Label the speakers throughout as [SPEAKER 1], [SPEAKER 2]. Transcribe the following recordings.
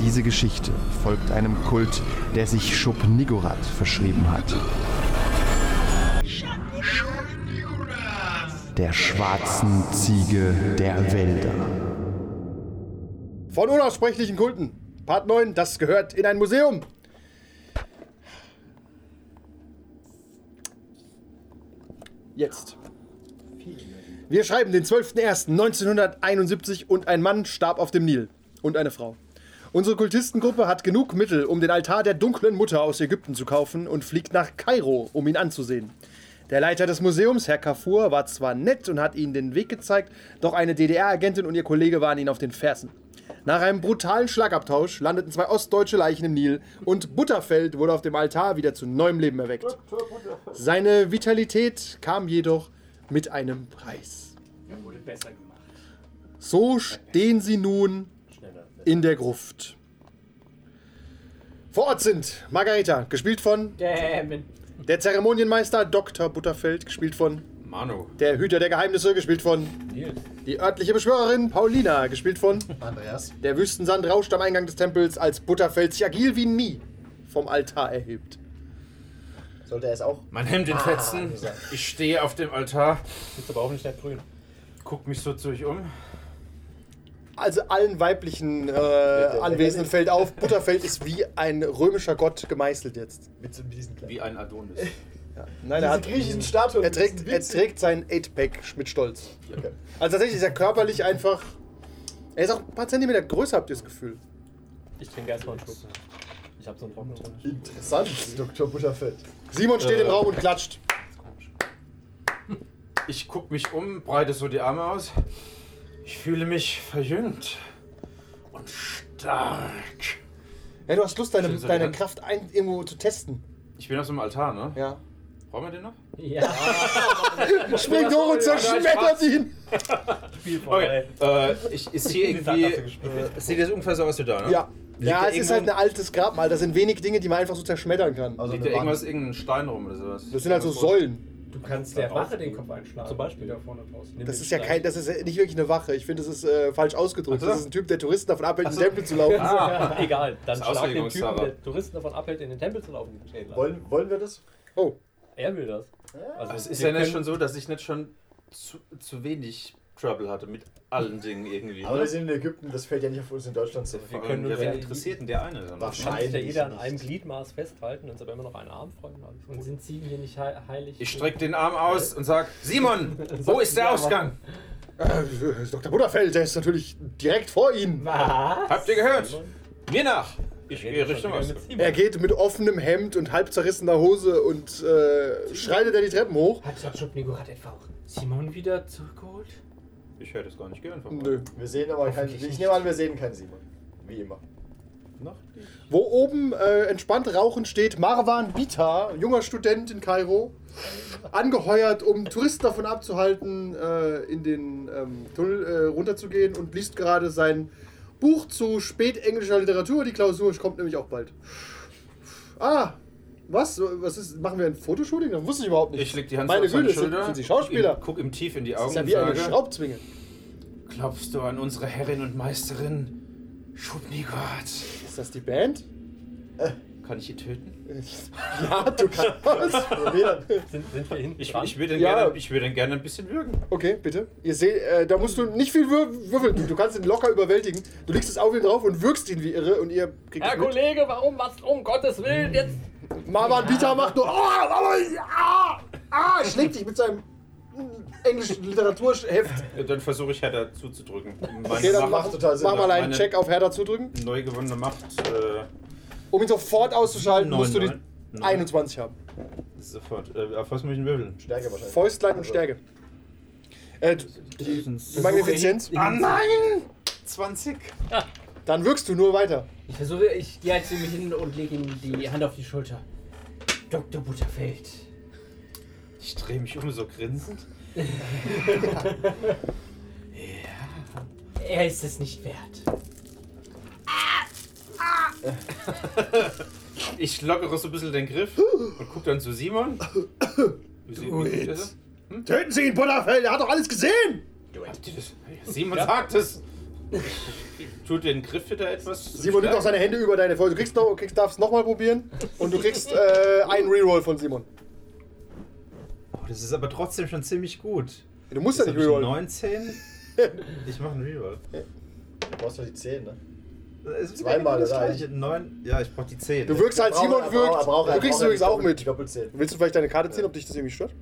[SPEAKER 1] Diese Geschichte folgt einem Kult, der sich Schub Nigorath verschrieben hat. Der schwarzen Ziege der Wälder.
[SPEAKER 2] Von unaussprechlichen Kulten. Part 9, das gehört in ein Museum. Jetzt. Wir schreiben den 12.01.1971 und ein Mann starb auf dem Nil. Und eine Frau. Unsere Kultistengruppe hat genug Mittel, um den Altar der dunklen Mutter aus Ägypten zu kaufen und fliegt nach Kairo, um ihn anzusehen. Der Leiter des Museums, Herr Kafur, war zwar nett und hat ihnen den Weg gezeigt, doch eine DDR-Agentin und ihr Kollege waren ihnen auf den Fersen. Nach einem brutalen Schlagabtausch landeten zwei ostdeutsche Leichen im Nil und Butterfeld wurde auf dem Altar wieder zu neuem Leben erweckt. Seine Vitalität kam jedoch mit einem Preis. So stehen sie nun in der Gruft. Vor Ort sind Margareta, gespielt von
[SPEAKER 3] Damn.
[SPEAKER 2] der Zeremonienmeister Dr. Butterfeld, gespielt von
[SPEAKER 3] Manu.
[SPEAKER 2] der Hüter der Geheimnisse, gespielt von die örtliche Beschwörerin Paulina, gespielt von
[SPEAKER 4] Andreas.
[SPEAKER 2] Der Wüstensand rauscht am Eingang des Tempels, als Butterfeld sich agil wie nie vom Altar erhebt.
[SPEAKER 4] Sollte er es auch?
[SPEAKER 3] Mein Hemd in Fetzen. Ich stehe auf dem Altar,
[SPEAKER 5] Ist aber auch nicht nett grün.
[SPEAKER 3] guck mich so zu euch um.
[SPEAKER 2] Also allen weiblichen äh, Anwesenden fällt auf, Butterfeld ist wie ein römischer Gott gemeißelt jetzt.
[SPEAKER 4] Mit so diesen kleinen.
[SPEAKER 3] Wie ein Adonis.
[SPEAKER 2] Nein, er,
[SPEAKER 4] Diese
[SPEAKER 2] hat,
[SPEAKER 4] griechischen Statuen.
[SPEAKER 2] er, trägt,
[SPEAKER 4] mit
[SPEAKER 2] er
[SPEAKER 4] diesen
[SPEAKER 2] trägt seinen 8-Pack mit Stolz. Also tatsächlich ist er körperlich einfach... Er ist auch ein paar Zentimeter größer, habt ihr das Gefühl.
[SPEAKER 5] Ich trinke erstmal einen Schluck. Mhm. Ich habe so einen Trockenen drin.
[SPEAKER 4] Witzen. Interessant, Dr. Butterfeld. Äh.
[SPEAKER 2] Simon steht im Raum und klatscht.
[SPEAKER 3] Ich guck mich um, breite so die Arme aus. Ich fühle mich verjüngt und stark.
[SPEAKER 2] Ja, du hast Lust, deine,
[SPEAKER 3] Schön so
[SPEAKER 2] deine
[SPEAKER 3] elegant.
[SPEAKER 2] Kraft ein, irgendwo zu testen.
[SPEAKER 3] Ich bin auf so einem Altar, ne?
[SPEAKER 2] Ja.
[SPEAKER 3] Brauchen wir den noch?
[SPEAKER 5] Ja,
[SPEAKER 2] Springt hoch und zerschmettert ihn!
[SPEAKER 5] Spiel vorbei.
[SPEAKER 3] Okay. Äh, ich, ist hier
[SPEAKER 5] Die Sandkasse
[SPEAKER 3] irgendwie.
[SPEAKER 5] gespielt.
[SPEAKER 3] Äh, sieht jetzt ungefähr so aus wie da, ne?
[SPEAKER 2] Ja.
[SPEAKER 3] Liegt
[SPEAKER 2] Ja,
[SPEAKER 3] da
[SPEAKER 2] es ist
[SPEAKER 3] irgendwo-
[SPEAKER 2] halt ein altes Grabmal. Da sind wenig Dinge, die man einfach so zerschmettern kann.
[SPEAKER 4] Also
[SPEAKER 3] Liegt da
[SPEAKER 4] eine Wand.
[SPEAKER 3] irgendwas, irgendein Stein rum oder sowas?
[SPEAKER 2] Das sind halt so Säulen.
[SPEAKER 5] Du kannst der Wache den Kopf einschlagen.
[SPEAKER 6] Zum Beispiel.
[SPEAKER 5] Da vorne draußen. Nimm
[SPEAKER 2] Das
[SPEAKER 5] den
[SPEAKER 2] ist ja
[SPEAKER 5] Stein.
[SPEAKER 2] kein, das ist nicht wirklich eine Wache. Ich finde, das ist äh, falsch ausgedrückt.
[SPEAKER 3] Ach so.
[SPEAKER 2] Das ist ein Typ, der Touristen davon abhält, in den Tempel zu laufen.
[SPEAKER 3] Ah,
[SPEAKER 5] Egal,
[SPEAKER 3] Das
[SPEAKER 5] dann schlag den Typen,
[SPEAKER 3] Auslegungssache.
[SPEAKER 5] der Touristen davon abhält, in den Tempel zu laufen. den Schädler.
[SPEAKER 4] Wollen, wollen wir das?
[SPEAKER 2] Oh,
[SPEAKER 5] Er will das. Also,
[SPEAKER 3] es ist
[SPEAKER 5] wir
[SPEAKER 3] ja nicht schon
[SPEAKER 5] können-
[SPEAKER 3] so, dass ich nicht schon zu, zu wenig Trouble hatte mit allen Dingen irgendwie.
[SPEAKER 4] Aber
[SPEAKER 3] ne?
[SPEAKER 4] wir sind in Ägypten, das fällt ja nicht auf uns in Deutschland zurück.
[SPEAKER 3] Wir
[SPEAKER 5] Wir
[SPEAKER 3] können
[SPEAKER 5] können
[SPEAKER 3] ja,
[SPEAKER 5] uns ja-
[SPEAKER 3] wen interessiert denn der eine? Dann ne?
[SPEAKER 5] Kann sich ja
[SPEAKER 4] Eigentlich
[SPEAKER 5] jeder an einem
[SPEAKER 4] nicht.
[SPEAKER 5] Gliedmaß festhalten, uns aber immer noch einen Arm freuen.
[SPEAKER 6] Und sind Ziegen hier nicht hei- heilig?
[SPEAKER 3] Ich strecke den Arm aus und sag, Simon, wo ist der Ausgang?
[SPEAKER 2] äh, Dr. Butterfeld, der ist natürlich direkt vor Ihnen.
[SPEAKER 5] Was?
[SPEAKER 3] Habt ihr gehört? Mir nach! Ich gehe Richtung Osten.
[SPEAKER 2] Er geht mit offenem Hemd und halb zerrissener Hose und äh, schreitet er die Treppen hoch.
[SPEAKER 6] Hat Schub Nigo hat etwa auch. Simon wieder zurückgeholt?
[SPEAKER 3] Ich höre das gar nicht gern von euch.
[SPEAKER 2] Nö.
[SPEAKER 4] Wir sehen aber keinen.
[SPEAKER 6] Hoffentlich
[SPEAKER 4] Ich
[SPEAKER 6] nicht.
[SPEAKER 4] nehme an, wir sehen keinen Simon. Wie immer.
[SPEAKER 3] Noch die-
[SPEAKER 2] Wo oben äh, entspannt rauchend steht Marwan Bita, junger Student in Kairo, angeheuert, um Touristen davon abzuhalten, äh, in den ähm, Tunnel äh, runterzugehen und liest gerade sein Buch zu spätenglischer Literatur. Die Klausur kommt nämlich auch bald. Ah, was? Was ist? Machen wir ein Fotoshooting? Das wusste ich überhaupt nicht.
[SPEAKER 3] Ich leg die Hand
[SPEAKER 2] Meine
[SPEAKER 3] auf seine
[SPEAKER 2] Güte, sind,
[SPEAKER 3] Schulter.
[SPEAKER 2] sind Sie Schauspieler?
[SPEAKER 3] Guck ihm, guck ihm tief in die
[SPEAKER 2] Das
[SPEAKER 3] Augen
[SPEAKER 2] ist ja
[SPEAKER 3] und
[SPEAKER 2] wie eine
[SPEAKER 3] sage:
[SPEAKER 2] Schraubzwinge.
[SPEAKER 3] Glaubst du an unsere Herrin und Meisterin Schubnigat?
[SPEAKER 2] Ist das die Band?
[SPEAKER 3] Kann ich ihn töten?
[SPEAKER 2] Ja, du kannst.
[SPEAKER 4] Probieren.
[SPEAKER 5] Sind, sind wir hinten
[SPEAKER 3] Ich,
[SPEAKER 5] dran?
[SPEAKER 3] ich würde ihn
[SPEAKER 2] Ja.
[SPEAKER 3] gerne, ich würde ihn gerne ein bisschen würgen.
[SPEAKER 2] Okay, bitte. Ihr seht, äh, da musst du nicht viel wür würfeln. Du, du kannst ihn locker überwältigen. Du legst es auf ihn drauf und wirkst ihn wie irre und ihr kriegt
[SPEAKER 6] Herr
[SPEAKER 2] es mit.
[SPEAKER 6] Kollege, warum? Was? Um Gottes Willen, jetzt!
[SPEAKER 2] Marwan Bita macht nur. Oh, Marwan, ah, ah, schlägt dich mit seinem englischen Literaturheft.
[SPEAKER 3] Ja, Dann versuche ich Hertha zuzudrücken. Meine
[SPEAKER 2] Okay, dann mach,
[SPEAKER 3] Macht,
[SPEAKER 4] total Sinn.
[SPEAKER 2] mach mal einen
[SPEAKER 3] Meine-
[SPEAKER 2] Check auf Herder zudrücken.
[SPEAKER 3] neu gewonnene Macht, äh,
[SPEAKER 2] Um ihn sofort auszuschalten,
[SPEAKER 3] Neun,
[SPEAKER 2] musst du die
[SPEAKER 3] neun, neun.
[SPEAKER 2] 21 haben.
[SPEAKER 3] sofort. Äh, auf was muss ich denn würfeln?
[SPEAKER 4] Stärke wahrscheinlich.
[SPEAKER 2] Fäustlein und Stärke. Äh, du-
[SPEAKER 3] Die
[SPEAKER 2] Magnifizenz.
[SPEAKER 3] Ah nein! 20.
[SPEAKER 2] Dann wirkst du nur weiter.
[SPEAKER 6] Ich versuche, ich gehe jetzt zu ihm hin und lege ihm die Hand auf die Schulter. Dr. Butterfeld.
[SPEAKER 3] Ich drehe mich um so grinsend.
[SPEAKER 6] Er ist es nicht wert.
[SPEAKER 3] Ich lockere so ein bisschen den Griff und guck dann zu Simon. Wie sie- wie geht das? Hm?
[SPEAKER 2] Töten Sie ihn, Butterfeld, er hat doch alles gesehen!
[SPEAKER 3] Habt ihr das? Simon sagt es! Tut den Griff wieder etwas?
[SPEAKER 2] Simon nimmt auch seine Hände über deine Folge. Du kriegst noch, kriegst, darfst nochmal probieren und du kriegst äh, einen Reroll von Simon.
[SPEAKER 3] Oh, das ist aber trotzdem schon ziemlich gut.
[SPEAKER 2] Du musst ja
[SPEAKER 3] Jetzt
[SPEAKER 2] nicht
[SPEAKER 3] hab ich
[SPEAKER 2] rerollen.
[SPEAKER 3] 19. Ich mache einen Reroll.
[SPEAKER 4] Du brauchst doch die 10, ne?
[SPEAKER 3] Es ist genau
[SPEAKER 4] Zweimal
[SPEAKER 3] das
[SPEAKER 4] oder
[SPEAKER 3] gleiche. Neun. Ja, ich brauche die 10.
[SPEAKER 2] Du wirkst halt, Simon wirkt. Du kriegst übrigens auch mit.
[SPEAKER 4] Doppel 10.
[SPEAKER 2] Willst du vielleicht deine Karte ziehen, ob dich das irgendwie stört?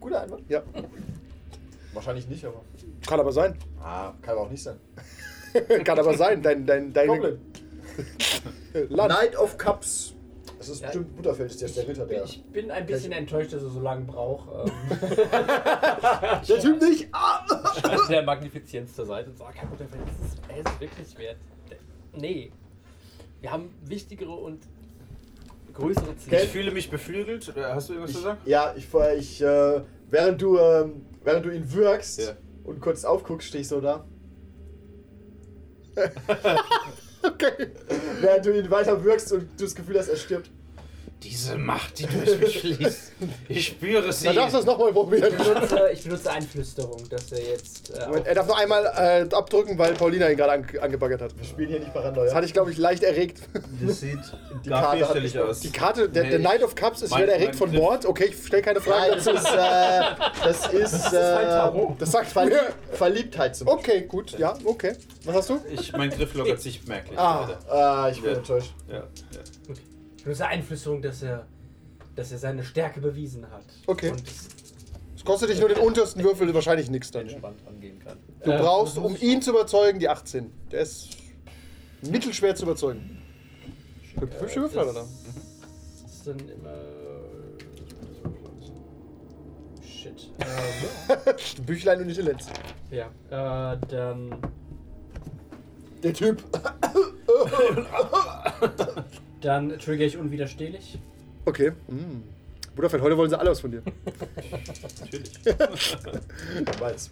[SPEAKER 4] Guter Einwand.
[SPEAKER 2] Ja,
[SPEAKER 4] Wahrscheinlich nicht, aber.
[SPEAKER 2] kann aber sein.
[SPEAKER 4] Ah, kann aber auch nicht sein.
[SPEAKER 2] kann aber sein. Dein, dein, deine
[SPEAKER 4] Goblin.
[SPEAKER 2] Land.
[SPEAKER 4] Knight of Cups. Das ist bestimmt Butterfeld, ist jetzt der Ritter, der.
[SPEAKER 6] Ich bin ein bisschen enttäuscht, dass er so lange braucht. Ähm,
[SPEAKER 2] Der Typ nicht. Ah!
[SPEAKER 5] Ich der Magnifizienz zur Seite.
[SPEAKER 6] und so, ah, Herr Butterfeld, das ist, er ist wirklich wert. Nee. Wir haben wichtigere und größere Ziele.
[SPEAKER 3] ich fühle mich beflügelt. Äh, Hast du irgendwas
[SPEAKER 4] Ich,
[SPEAKER 3] zu sagen?
[SPEAKER 4] ja, ich, vorher- ich äh, während, du, ähm, während du ihn würgst
[SPEAKER 3] Ja.
[SPEAKER 4] und kurz aufguckst, stehe ich so da.
[SPEAKER 2] Okay.
[SPEAKER 4] Während du ihn weiter würgst und du das Gefühl hast, er stirbt.
[SPEAKER 3] Diese Macht, die durch mich fließt. Ich spüre sie.
[SPEAKER 2] Dann darfst du das nochmal probieren.
[SPEAKER 6] Ich benutze, ich benutze Einflüsterung, dass er jetzt. Äh,
[SPEAKER 2] Moment, Er darf nur einmal äh, abdrücken, weil Paulina ihn gerade ange angebaggert hat.
[SPEAKER 4] Wir spielen hier nicht Paranoia.
[SPEAKER 2] Das hatte ich, glaube ich, leicht erregt.
[SPEAKER 3] Das sieht
[SPEAKER 4] Karte
[SPEAKER 3] gar
[SPEAKER 4] hat
[SPEAKER 3] fürchterlich
[SPEAKER 4] mich-
[SPEAKER 3] aus.
[SPEAKER 2] Die Karte, der,
[SPEAKER 3] Nee,
[SPEAKER 2] der
[SPEAKER 3] ich-
[SPEAKER 2] Knight of Cups ist,
[SPEAKER 3] mein-
[SPEAKER 2] wer erregt
[SPEAKER 3] mein
[SPEAKER 2] von
[SPEAKER 3] Griff-
[SPEAKER 2] Mord. Okay, ich stelle keine
[SPEAKER 4] Nein,
[SPEAKER 2] Fragen
[SPEAKER 4] das
[SPEAKER 2] dazu.
[SPEAKER 4] ist. Äh, das ist. Äh,
[SPEAKER 2] Das sagt
[SPEAKER 4] Verlieb
[SPEAKER 2] mir.
[SPEAKER 4] Verliebtheit zum Beispiel.
[SPEAKER 2] Okay, gut, ja, okay. Was hast du?
[SPEAKER 3] Ich, mein Griff lockert sich merklich.
[SPEAKER 2] Ah.
[SPEAKER 3] leider.
[SPEAKER 4] Ah, ich bin
[SPEAKER 3] Ja.
[SPEAKER 4] enttäuscht.
[SPEAKER 3] Ja, ja.
[SPEAKER 6] ich benutze Einflüsterung, dass er, dass er seine Stärke bewiesen hat.
[SPEAKER 2] Okay.
[SPEAKER 6] Und es
[SPEAKER 2] Es kostet dich nur den untersten Würfel, wahrscheinlich nichts dann.
[SPEAKER 5] entspannt angehen kann.
[SPEAKER 2] Du brauchst, um ihn zu überzeugen, die 18. Der ist mittelschwer zu überzeugen. Hübsche Würfel, oder?
[SPEAKER 6] ist dann immer. äh, Shit.
[SPEAKER 2] Büchlein und die Talents.
[SPEAKER 6] Ähm, ja, äh, dann.
[SPEAKER 2] Der Typ.
[SPEAKER 6] Dann trigger ich unwiderstehlich.
[SPEAKER 2] Okay. Mm. Butterfeld, heute wollen sie alles von dir.
[SPEAKER 3] natürlich.
[SPEAKER 4] Weiß.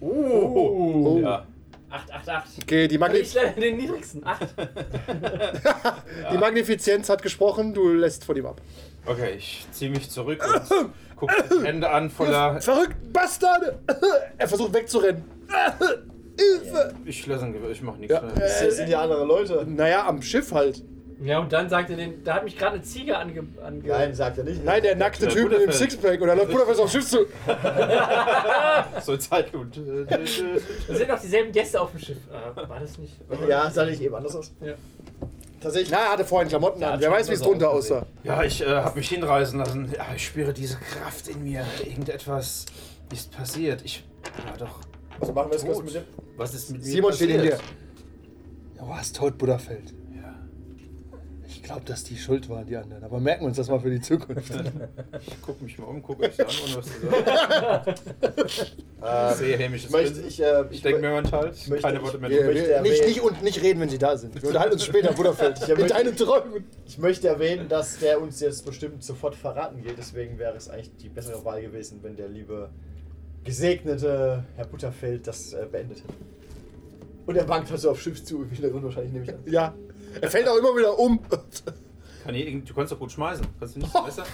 [SPEAKER 3] Oh. Ja.
[SPEAKER 6] 888.
[SPEAKER 2] Okay, die, Magni
[SPEAKER 6] Ich leider den niedrigsten. 8.
[SPEAKER 2] die Magnifizenz hat gesprochen, du lässt von ihm ab.
[SPEAKER 3] Okay, ich ziehe mich zurück und gucke die Hände an voller.
[SPEAKER 2] Verrückt, Bastarde! Er versucht wegzurennen. Hilfe!
[SPEAKER 3] Ich lasse ihn, ich mache nichts
[SPEAKER 2] Ja.
[SPEAKER 3] mehr.
[SPEAKER 4] Das sind ja andere Leute.
[SPEAKER 2] Naja, am Schiff halt.
[SPEAKER 6] Ja, und dann sagt er den. Da hat mich gerade eine Ziege ange. ange
[SPEAKER 4] Nein, sagt er nicht. ne?
[SPEAKER 2] Nein, der nackte
[SPEAKER 3] Ja,
[SPEAKER 2] Typ mit dem
[SPEAKER 3] Butterfeld.
[SPEAKER 2] Sixpack. Und dann läuft Butterfeld aufs Schiff zu.
[SPEAKER 3] So Zeit und.
[SPEAKER 6] Das sind doch dieselben Gäste auf dem Schiff. Äh, war das nicht?
[SPEAKER 4] Ja, sah nicht eben anders aus.
[SPEAKER 6] Ja.
[SPEAKER 2] Tatsächlich. Na, er hatte vorhin Klamotten an.
[SPEAKER 5] hat
[SPEAKER 2] Wer
[SPEAKER 5] schon
[SPEAKER 2] weiß, wie es
[SPEAKER 5] besser
[SPEAKER 2] drunter
[SPEAKER 5] ausgesehen.
[SPEAKER 2] aussah.
[SPEAKER 3] Ja, ich äh, habe mich hinreißen lassen. Ja, ich spüre diese Kraft in mir. Irgendetwas ist passiert. Ich war doch
[SPEAKER 4] Also machen wir es kurz
[SPEAKER 3] tot.
[SPEAKER 4] mit dem.
[SPEAKER 3] Was ist mit mir
[SPEAKER 2] Simon steht
[SPEAKER 3] passiert?
[SPEAKER 2] hinter dir.
[SPEAKER 1] Du warst tot, Butterfeld.
[SPEAKER 3] Ja.
[SPEAKER 1] Ich
[SPEAKER 2] glaube, dass die schuld waren, die anderen. Aber merken wir uns das mal für die Zukunft.
[SPEAKER 3] Ich guck mich mal um, guck euch das an, ohne was zu sagen. Ich sehe hämisches
[SPEAKER 4] Möchte
[SPEAKER 3] Grinsen.
[SPEAKER 4] ich, äh,
[SPEAKER 3] Ich denke mir mental,
[SPEAKER 4] möchte
[SPEAKER 3] keine
[SPEAKER 4] ich-
[SPEAKER 3] Worte mehr
[SPEAKER 4] wir-
[SPEAKER 3] drüber.
[SPEAKER 4] wir-
[SPEAKER 3] Ich-
[SPEAKER 2] nicht, nicht und nicht reden, wenn sie da sind. Wir unterhalten uns später, Bruderfeld.
[SPEAKER 4] Ja,
[SPEAKER 2] In
[SPEAKER 4] möchte-
[SPEAKER 2] deinen Träumen.
[SPEAKER 4] Ich möchte erwähnen, dass der uns jetzt bestimmt sofort verraten geht, deswegen wäre es eigentlich die bessere Wahl gewesen, wenn der liebe gesegnete Herr Butterfeld das äh, beendet hätte. Und er bangt halt so auf Schiff zu, im Hintergrund wahrscheinlich nehme ich an.
[SPEAKER 2] Ja. Er fällt auch immer wieder um.
[SPEAKER 3] Kann ich, irgend- du kannst doch gut schmeißen. Kannst du nicht so besser?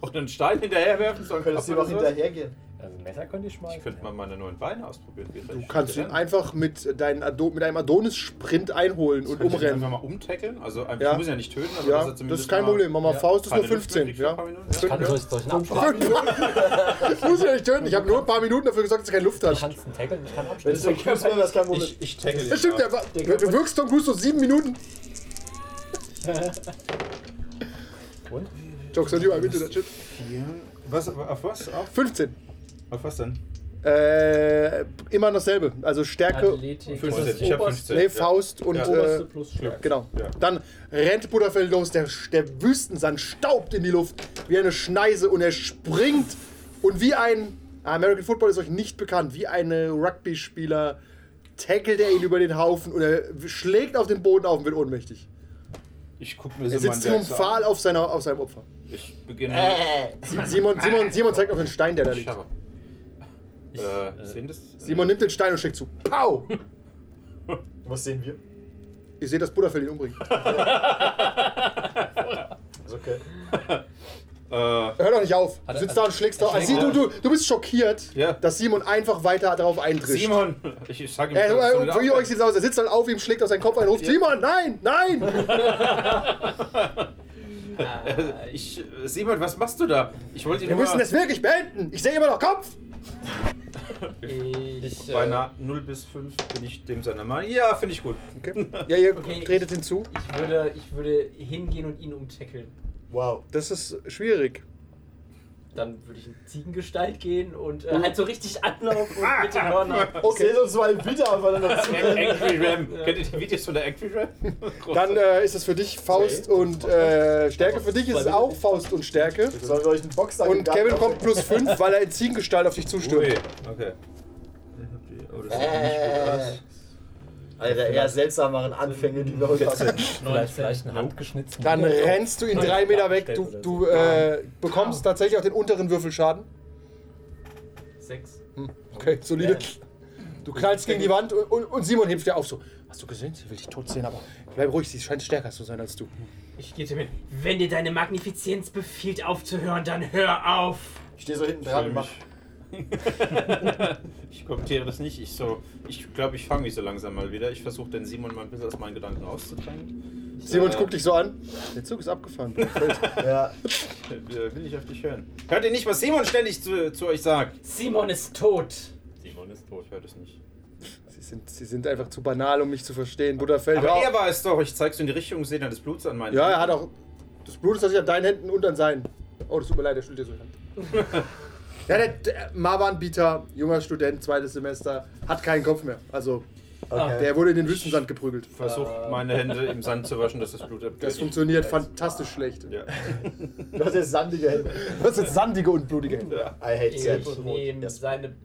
[SPEAKER 3] Und einen Stein hinterher werfen, sondern
[SPEAKER 4] Könntest du ihm auch hinterhergehen?
[SPEAKER 5] Also ein Messer könnt ihr schmeißen.
[SPEAKER 3] Ich könnte mal meine neuen Beine ausprobieren.
[SPEAKER 2] Du kannst ihn einfach mit, deinen Ado mit einem Adonis-Sprint einholen und
[SPEAKER 3] Einfach
[SPEAKER 2] umrennen.
[SPEAKER 3] mal umtackeln. Also, ich
[SPEAKER 2] Ja.
[SPEAKER 3] muss ihn ja nicht töten, aber
[SPEAKER 2] Ja,
[SPEAKER 3] dass er
[SPEAKER 2] das
[SPEAKER 3] zumindest
[SPEAKER 2] ist kein
[SPEAKER 3] mal
[SPEAKER 2] Problem. Mama Faust ist
[SPEAKER 3] keine
[SPEAKER 2] nur
[SPEAKER 3] Luft
[SPEAKER 2] 15.
[SPEAKER 3] mehr kriegt für
[SPEAKER 2] Ja.
[SPEAKER 3] ein paar Minuten. Ja.
[SPEAKER 5] Kann durch, durch einen Abschlag.
[SPEAKER 2] Muss ich ja nicht töten. Ich habe nur ein paar Minuten dafür gesagt, dass er keine Luft
[SPEAKER 5] Ich
[SPEAKER 2] hat.
[SPEAKER 5] kann einen Tackle und ich kann
[SPEAKER 4] Wenn es
[SPEAKER 5] abschließen.
[SPEAKER 4] so cool wäre, wäre es kein Problem.
[SPEAKER 3] Ich, ich tackle ihn.
[SPEAKER 2] Das stimmt,
[SPEAKER 3] ja.
[SPEAKER 2] der war, du wirkst Tom Cruise so sieben Minuten.
[SPEAKER 5] Und?
[SPEAKER 2] Jokes on you, I'm into that shit.
[SPEAKER 3] Was, auf was? Auf,
[SPEAKER 2] 15.
[SPEAKER 3] auf was denn?
[SPEAKER 2] Äh, immer dasselbe. Also Stärke,
[SPEAKER 6] Athletik.
[SPEAKER 3] 15.
[SPEAKER 6] das
[SPEAKER 3] Ich hab
[SPEAKER 6] oberste-
[SPEAKER 2] nee,
[SPEAKER 3] 15.
[SPEAKER 2] Faust und
[SPEAKER 3] Ja.
[SPEAKER 6] Oberste
[SPEAKER 2] äh,
[SPEAKER 6] plus Stärke.
[SPEAKER 2] genau.
[SPEAKER 3] Ja.
[SPEAKER 2] Dann rennt Butterfeld los, der, der Wüstensand staubt in die Luft wie eine Schneise und er springt und wie ein American Football ist euch nicht bekannt, wie ein Rugby-Spieler tackelt er ihn über den Haufen und er schlägt auf den Boden auf und wird ohnmächtig.
[SPEAKER 3] Ich guck mir
[SPEAKER 2] Er
[SPEAKER 3] Simon
[SPEAKER 2] sitzt
[SPEAKER 3] Jackson
[SPEAKER 2] triumphal
[SPEAKER 3] an.
[SPEAKER 2] auf, seiner, auf seinem Opfer.
[SPEAKER 3] Ich beginne.
[SPEAKER 2] Äh, Simon, Simon, Simon zeigt auf den Stein, der da
[SPEAKER 3] Äh. Ich
[SPEAKER 2] liegt.
[SPEAKER 3] habe. Äh, sehen das?
[SPEAKER 2] Simon nimmt den Stein und schlägt zu. Pow!
[SPEAKER 4] Was sehen wir?
[SPEAKER 2] Ich sehe, dass Butterfeld ihn umbringt.
[SPEAKER 4] Ist okay.
[SPEAKER 3] Äh,
[SPEAKER 2] Hör doch nicht auf. Du
[SPEAKER 6] Hat er-
[SPEAKER 2] sitzt da und schlägst doch.
[SPEAKER 6] schlägt
[SPEAKER 2] Also, du,
[SPEAKER 6] auf.
[SPEAKER 2] du, du bist schockiert,
[SPEAKER 3] Ja.
[SPEAKER 2] dass Simon einfach weiter darauf eintrischt.
[SPEAKER 3] Simon! Ich, ich sag ihm,
[SPEAKER 2] Äh,
[SPEAKER 3] dass
[SPEAKER 2] äh,
[SPEAKER 3] du
[SPEAKER 2] für
[SPEAKER 3] da-
[SPEAKER 2] euch sieht es aus, er sitzt dann auf ihm, schlägt auf seinen Kopf ein, ruft Simon, nein, nein!
[SPEAKER 3] Äh, ich, äh, Simon, was machst du da? Ich wollte ihn
[SPEAKER 2] Wir
[SPEAKER 3] nur
[SPEAKER 2] müssen das wirklich beenden! Ich sehe immer noch Kopf!
[SPEAKER 6] Ich,
[SPEAKER 3] bei
[SPEAKER 6] äh,
[SPEAKER 3] einer 0 bis 5 bin ich dem seiner Meinung. Ja, finde ich gut.
[SPEAKER 2] Okay. Ja, ihr
[SPEAKER 6] Okay.
[SPEAKER 2] tretet hinzu.
[SPEAKER 6] ich, würde, ich würde hingehen und ihn umtackeln.
[SPEAKER 4] Wow.
[SPEAKER 2] Das ist schwierig.
[SPEAKER 6] Dann würde ich in Ziegengestalt gehen und äh, halt so richtig anlaufen und mit den Hörnern.
[SPEAKER 4] Okay. Seht uns mal bitte aufeinander zu.
[SPEAKER 3] Angry Ram. Kennt ihr die Videos von der Angry Ram?
[SPEAKER 2] Dann äh, ist es für dich Faust und äh, Stärke. Für dich ist es auch Faust und Stärke.
[SPEAKER 4] Sollen wir euch einen Boxsack im
[SPEAKER 2] Und
[SPEAKER 4] Garten
[SPEAKER 2] Kevin kommt
[SPEAKER 4] aufhängen?
[SPEAKER 2] plus 5, weil er in Ziegengestalt auf dich
[SPEAKER 3] Ui,
[SPEAKER 2] zustürmt.
[SPEAKER 3] okay. Oh, das sieht nicht
[SPEAKER 2] Äh,
[SPEAKER 3] gut
[SPEAKER 4] Äh.
[SPEAKER 3] aus.
[SPEAKER 4] Alter, eher seltsameren Anfänge, die wir heute hatten.
[SPEAKER 5] Vielleicht, vielleicht einen handgeschnitzten.
[SPEAKER 2] Dann rennst du ihn drei Meter weg. Du, du äh, bekommst tatsächlich auch den unteren Würfelschaden.
[SPEAKER 6] Sechs.
[SPEAKER 2] Okay, solide. Du knallst gegen die Wand und, und- und Simon hebt dir auf so. Hast du gesehen? Sie will dich tot sehen, aber bleib ruhig, sie scheint stärker zu sein als du.
[SPEAKER 6] Ich gehe dir mit. Wenn dir deine Magnifizenz befiehlt aufzuhören, dann hör auf.
[SPEAKER 4] Ich stehe so hinten dran und mach.
[SPEAKER 3] Ich kommentiere das nicht. Ich so, ich glaube, ich fange mich so langsam mal wieder. Ich versuche den Simon mal ein bisschen aus meinen Gedanken auszudrängen.
[SPEAKER 2] Simon
[SPEAKER 3] Äh.
[SPEAKER 2] guckt dich so an. Der Zug ist abgefahren.
[SPEAKER 4] Ja.
[SPEAKER 3] Äh, Will ich auf dich hören. Hört ihr nicht, was Simon ständig zu, zu euch sagt?
[SPEAKER 6] Simon ist tot.
[SPEAKER 5] Simon ist tot.
[SPEAKER 3] Ich höre das nicht.
[SPEAKER 2] sie, sind, sie sind einfach zu banal, um mich zu verstehen. Butterfeld.
[SPEAKER 3] Aber
[SPEAKER 2] hör
[SPEAKER 3] er
[SPEAKER 2] auf.
[SPEAKER 3] war es doch. Ich zeig's in die Richtung, seht dann das Blut an meinen
[SPEAKER 2] ja, er
[SPEAKER 3] Händen.
[SPEAKER 2] hat auch. Das Blut ist tatsächlich an deinen Händen und an seinen. Oh, das tut mir leid, der schüttelt dir so die Hand. Ja, der, der Marwan Bieter, junger Student, zweites Semester, hat keinen Kopf mehr. Also, der wurde in den Wüstensand geprügelt.
[SPEAKER 3] Versucht meine Hände im Sand zu waschen, dass das Blut abgeht.
[SPEAKER 2] Äh. Das funktioniert fantastisch schlecht.
[SPEAKER 3] Ja.
[SPEAKER 4] Du hast jetzt sandige Hände.
[SPEAKER 2] Das sind sandige und blutige Hände.
[SPEAKER 4] I hate
[SPEAKER 6] Ich
[SPEAKER 4] Zelda.
[SPEAKER 6] nehme
[SPEAKER 4] Yes.
[SPEAKER 6] seine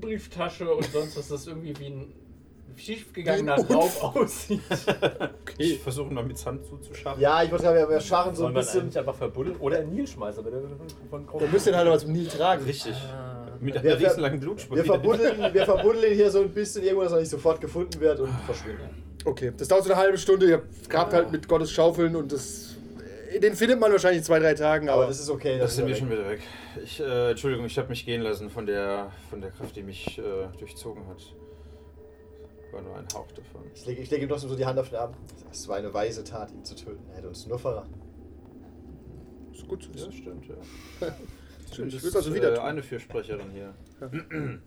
[SPEAKER 6] Brieftasche und sonst was das irgendwie wie ein schiefgegangener Raub aussieht.
[SPEAKER 3] Ich versuche mal mit Sand zuzuschaffen.
[SPEAKER 4] Ja, ich wollte sagen, wir scharren so ein
[SPEAKER 5] Sollen wir ihn
[SPEAKER 4] bisschen.
[SPEAKER 5] eigentlich einfach verbuddeln oder in Nil schmeißen? Wenn er von
[SPEAKER 2] Der müsste den halt aber zum Nil tragen.
[SPEAKER 3] Richtig.
[SPEAKER 2] Ah.
[SPEAKER 3] Mit einer
[SPEAKER 4] Wir ver-
[SPEAKER 3] riesenlangen Blutspur.
[SPEAKER 4] Wir verbuddeln, wir verbuddeln hier so ein bisschen irgendwo, dass er nicht sofort gefunden wird und verschwinden.
[SPEAKER 2] Okay, das dauert so eine halbe Stunde. Ihr grabt halt mit Gottes Schaufeln und das. äh, Den findet man wahrscheinlich in zwei, drei Tagen, aber.
[SPEAKER 4] Aber das ist okay.
[SPEAKER 3] Das sind wir
[SPEAKER 4] ist
[SPEAKER 3] schon
[SPEAKER 4] okay.
[SPEAKER 3] wieder weg. Ich, äh, Entschuldigung, ich habe mich gehen lassen von der, von der Kraft, die mich äh, durchzogen hat. War nur ein Hauch davon.
[SPEAKER 4] Ich lege, ich lege ihm trotzdem so die Hand auf den Arm. Es war eine weise Tat, ihn zu töten. Er hätte uns nur verraten.
[SPEAKER 2] ist gut.
[SPEAKER 3] Ja, stimmt, ja.
[SPEAKER 2] ich würde also wieder
[SPEAKER 3] äh,
[SPEAKER 2] tun.
[SPEAKER 3] eine Fürsprecherin hier.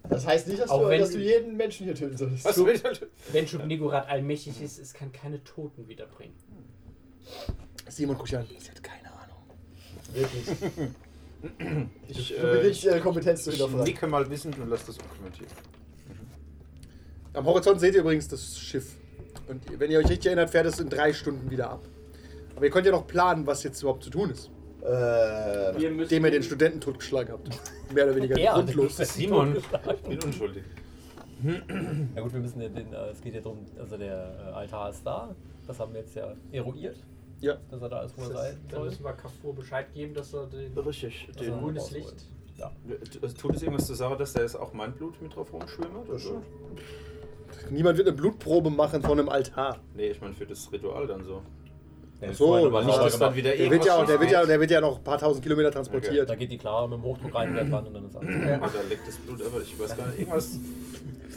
[SPEAKER 4] Das heißt nicht, dass,
[SPEAKER 6] Auch
[SPEAKER 4] du,
[SPEAKER 6] wenn-
[SPEAKER 4] dass du jeden Menschen hier töten solltest.
[SPEAKER 3] Was will der-
[SPEAKER 6] Wenn Schubnigurat allmächtig ist, es kann keine Toten wiederbringen.
[SPEAKER 2] Simon guckt dich an. Sie hat keine Ahnung.
[SPEAKER 4] Wirklich.
[SPEAKER 3] Ich,
[SPEAKER 4] Du
[SPEAKER 3] äh,
[SPEAKER 4] beginnst
[SPEAKER 3] ich,
[SPEAKER 4] ihre Kompetenz zu
[SPEAKER 3] ich
[SPEAKER 4] hinterfragen.
[SPEAKER 3] nicke mal wissend und lass das unkommentiert.
[SPEAKER 2] Am Horizont seht ihr übrigens das Schiff. Und wenn ihr euch richtig erinnert, fährt es in drei Stunden wieder ab. Aber ihr könnt ja noch planen, was jetzt überhaupt zu tun ist.
[SPEAKER 4] Äh,
[SPEAKER 6] Ihr müsst
[SPEAKER 2] Nachdem ihr den Studenten totgeschlagen habt. Mehr oder weniger
[SPEAKER 6] Ja,
[SPEAKER 2] grundlos.
[SPEAKER 3] Simon, ich bin unschuldig.
[SPEAKER 6] Ja gut, wir müssen ja den, äh, es geht ja darum, also der äh, Altar ist da. Das haben wir jetzt ja eruiert,
[SPEAKER 2] Ja.
[SPEAKER 6] dass er da ist, wo er
[SPEAKER 5] Das heißt,
[SPEAKER 6] sein
[SPEAKER 5] dann
[SPEAKER 6] soll.
[SPEAKER 5] müssen wir Carrefour Bescheid geben, dass er den.
[SPEAKER 3] Richtig.
[SPEAKER 5] Den-
[SPEAKER 6] er
[SPEAKER 5] grünes
[SPEAKER 6] rausholt.
[SPEAKER 5] Licht.
[SPEAKER 6] Ja.
[SPEAKER 3] Also Tut es irgendwas zur Sache, dass da jetzt auch mein Blut mit drauf rumschwimmt? Also, Oder?
[SPEAKER 2] Niemand wird eine Blutprobe machen von einem Altar.
[SPEAKER 3] Nee, ich meine für das Ritual dann so.
[SPEAKER 6] Ja,
[SPEAKER 2] So,
[SPEAKER 3] Freunde, aber nicht,
[SPEAKER 2] ja.
[SPEAKER 3] dass dann wieder
[SPEAKER 2] der wird, ja auch, der, wird ja,
[SPEAKER 3] irgendwas
[SPEAKER 2] der wird ja noch ein paar tausend Kilometer transportiert.
[SPEAKER 6] Da geht die Clara mit dem Hochdruck rein, wieder dran und dann ist alles.
[SPEAKER 3] schmeckt. Oder Ah, leckt das Blut, aber ich weiß gar nicht. Irgendwas.